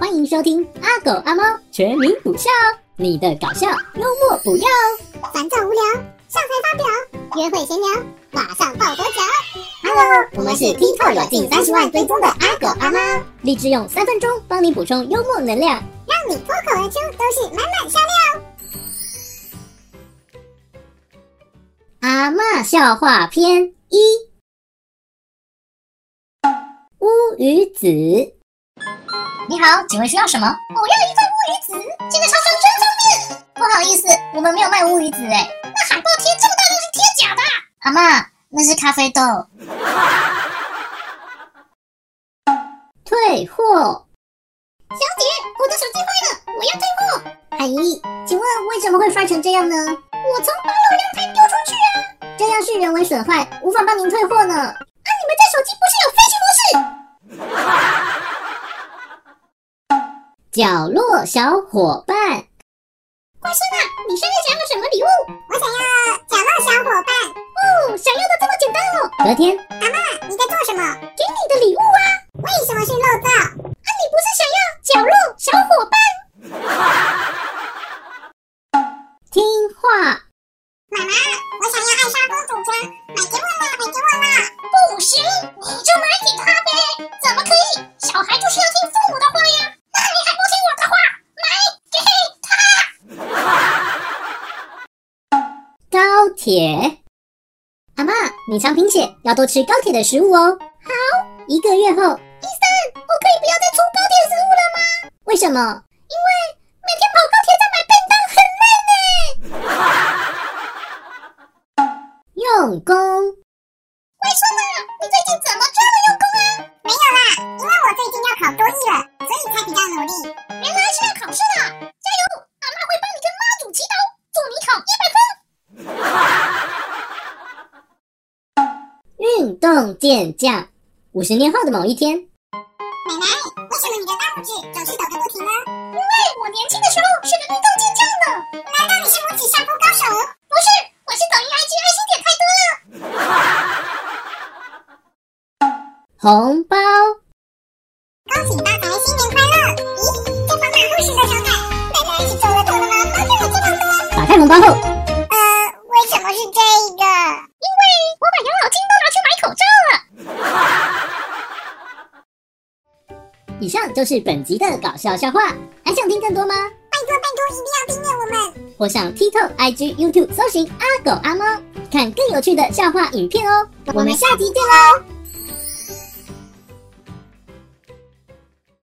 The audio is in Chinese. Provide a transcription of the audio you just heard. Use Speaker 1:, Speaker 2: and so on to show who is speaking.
Speaker 1: 欢迎收听《阿狗阿猫全民补笑》，哦你的搞笑幽默补药。
Speaker 2: 烦躁无聊，上台发表，约会闲聊，马上抱左脚。
Speaker 1: Hello，
Speaker 2: 我们是 TikTok 有近30万追踪的阿狗阿猫，
Speaker 1: 立志用三分钟帮你补充幽默能量。
Speaker 2: 让你脱口而出都是满满笑料。
Speaker 1: 阿嬷笑话篇一：乌鱼子。哦
Speaker 3: 你好，请问需要什么？
Speaker 2: 我要一份乌鱼子，现在超商真方便。
Speaker 3: 不好意思，我们没有卖乌鱼子哎。
Speaker 2: 那海报贴这么大都是贴假的。
Speaker 3: 阿妈，那是咖啡豆。
Speaker 1: 退货。
Speaker 2: 小姐，我的手机坏了，我要退货。
Speaker 1: 阿姨，请问为什么会摔成这样呢？
Speaker 2: 我从八楼阳台丢出去啊！
Speaker 1: 这样是人为损坏，无法帮您退货呢。
Speaker 2: 啊你们这手机不是有飞行模式？
Speaker 1: 角落小伙伴。
Speaker 2: 乖孙啊，你生日想要什么礼物？我想要角落小伙伴。哦，想要的这么简单哦。
Speaker 1: 隔天，
Speaker 2: 你在做什么？给你的礼物啊。为什么是漏灶？啊，你不是想要角落小伙伴？
Speaker 1: 听话。
Speaker 2: 妈妈，我想要艾莎公主装，买给我啦，买给我啦。
Speaker 3: 不行，你就买给他呗。怎么可以？小孩就是要听父母的话呀。那你还不听我的话？
Speaker 1: 高铁。阿妈，你常贫血，要多吃高铁的食物哦。好，一个月后，
Speaker 2: 我可以不要再出高铁食物了吗？
Speaker 1: 为什么？
Speaker 2: 每天跑高铁站买便当很累呢。
Speaker 1: 用功。
Speaker 2: 乖孙啊，你最近怎么这么用功啊？没有啦，因为我最近要考多艺了，所以才比较努力。原来是要考试的，加油！阿妈会帮你跟妈祖祈祷，祝你考一百分。
Speaker 1: 运动健将。五十年后的某一天，
Speaker 2: 奶奶，为什么你的大拇指总是抖个不停呢？
Speaker 3: 哎，我年轻的时候是个运动健将呢。
Speaker 2: 难道你是拇指相扑高手？
Speaker 3: 不是，我是抖音 IG 爱心点太多了。
Speaker 1: 红包。
Speaker 2: 恭喜发财，新年快乐！咦，这宝马路是在上海，奶奶是中了头了吗？猫就有这么多？
Speaker 1: 打开红包后，
Speaker 2: 呃，为什么是这个？因为我把养老金都拿去买口罩。
Speaker 1: 以上就是本集的搞笑笑话。还想听更多吗？
Speaker 2: 拜托拜托，一定要订阅我们！
Speaker 1: 或上 TikTok、IG、YouTube 搜寻“阿狗阿猫”，看更有趣的笑话影片哦。我们下集见喽，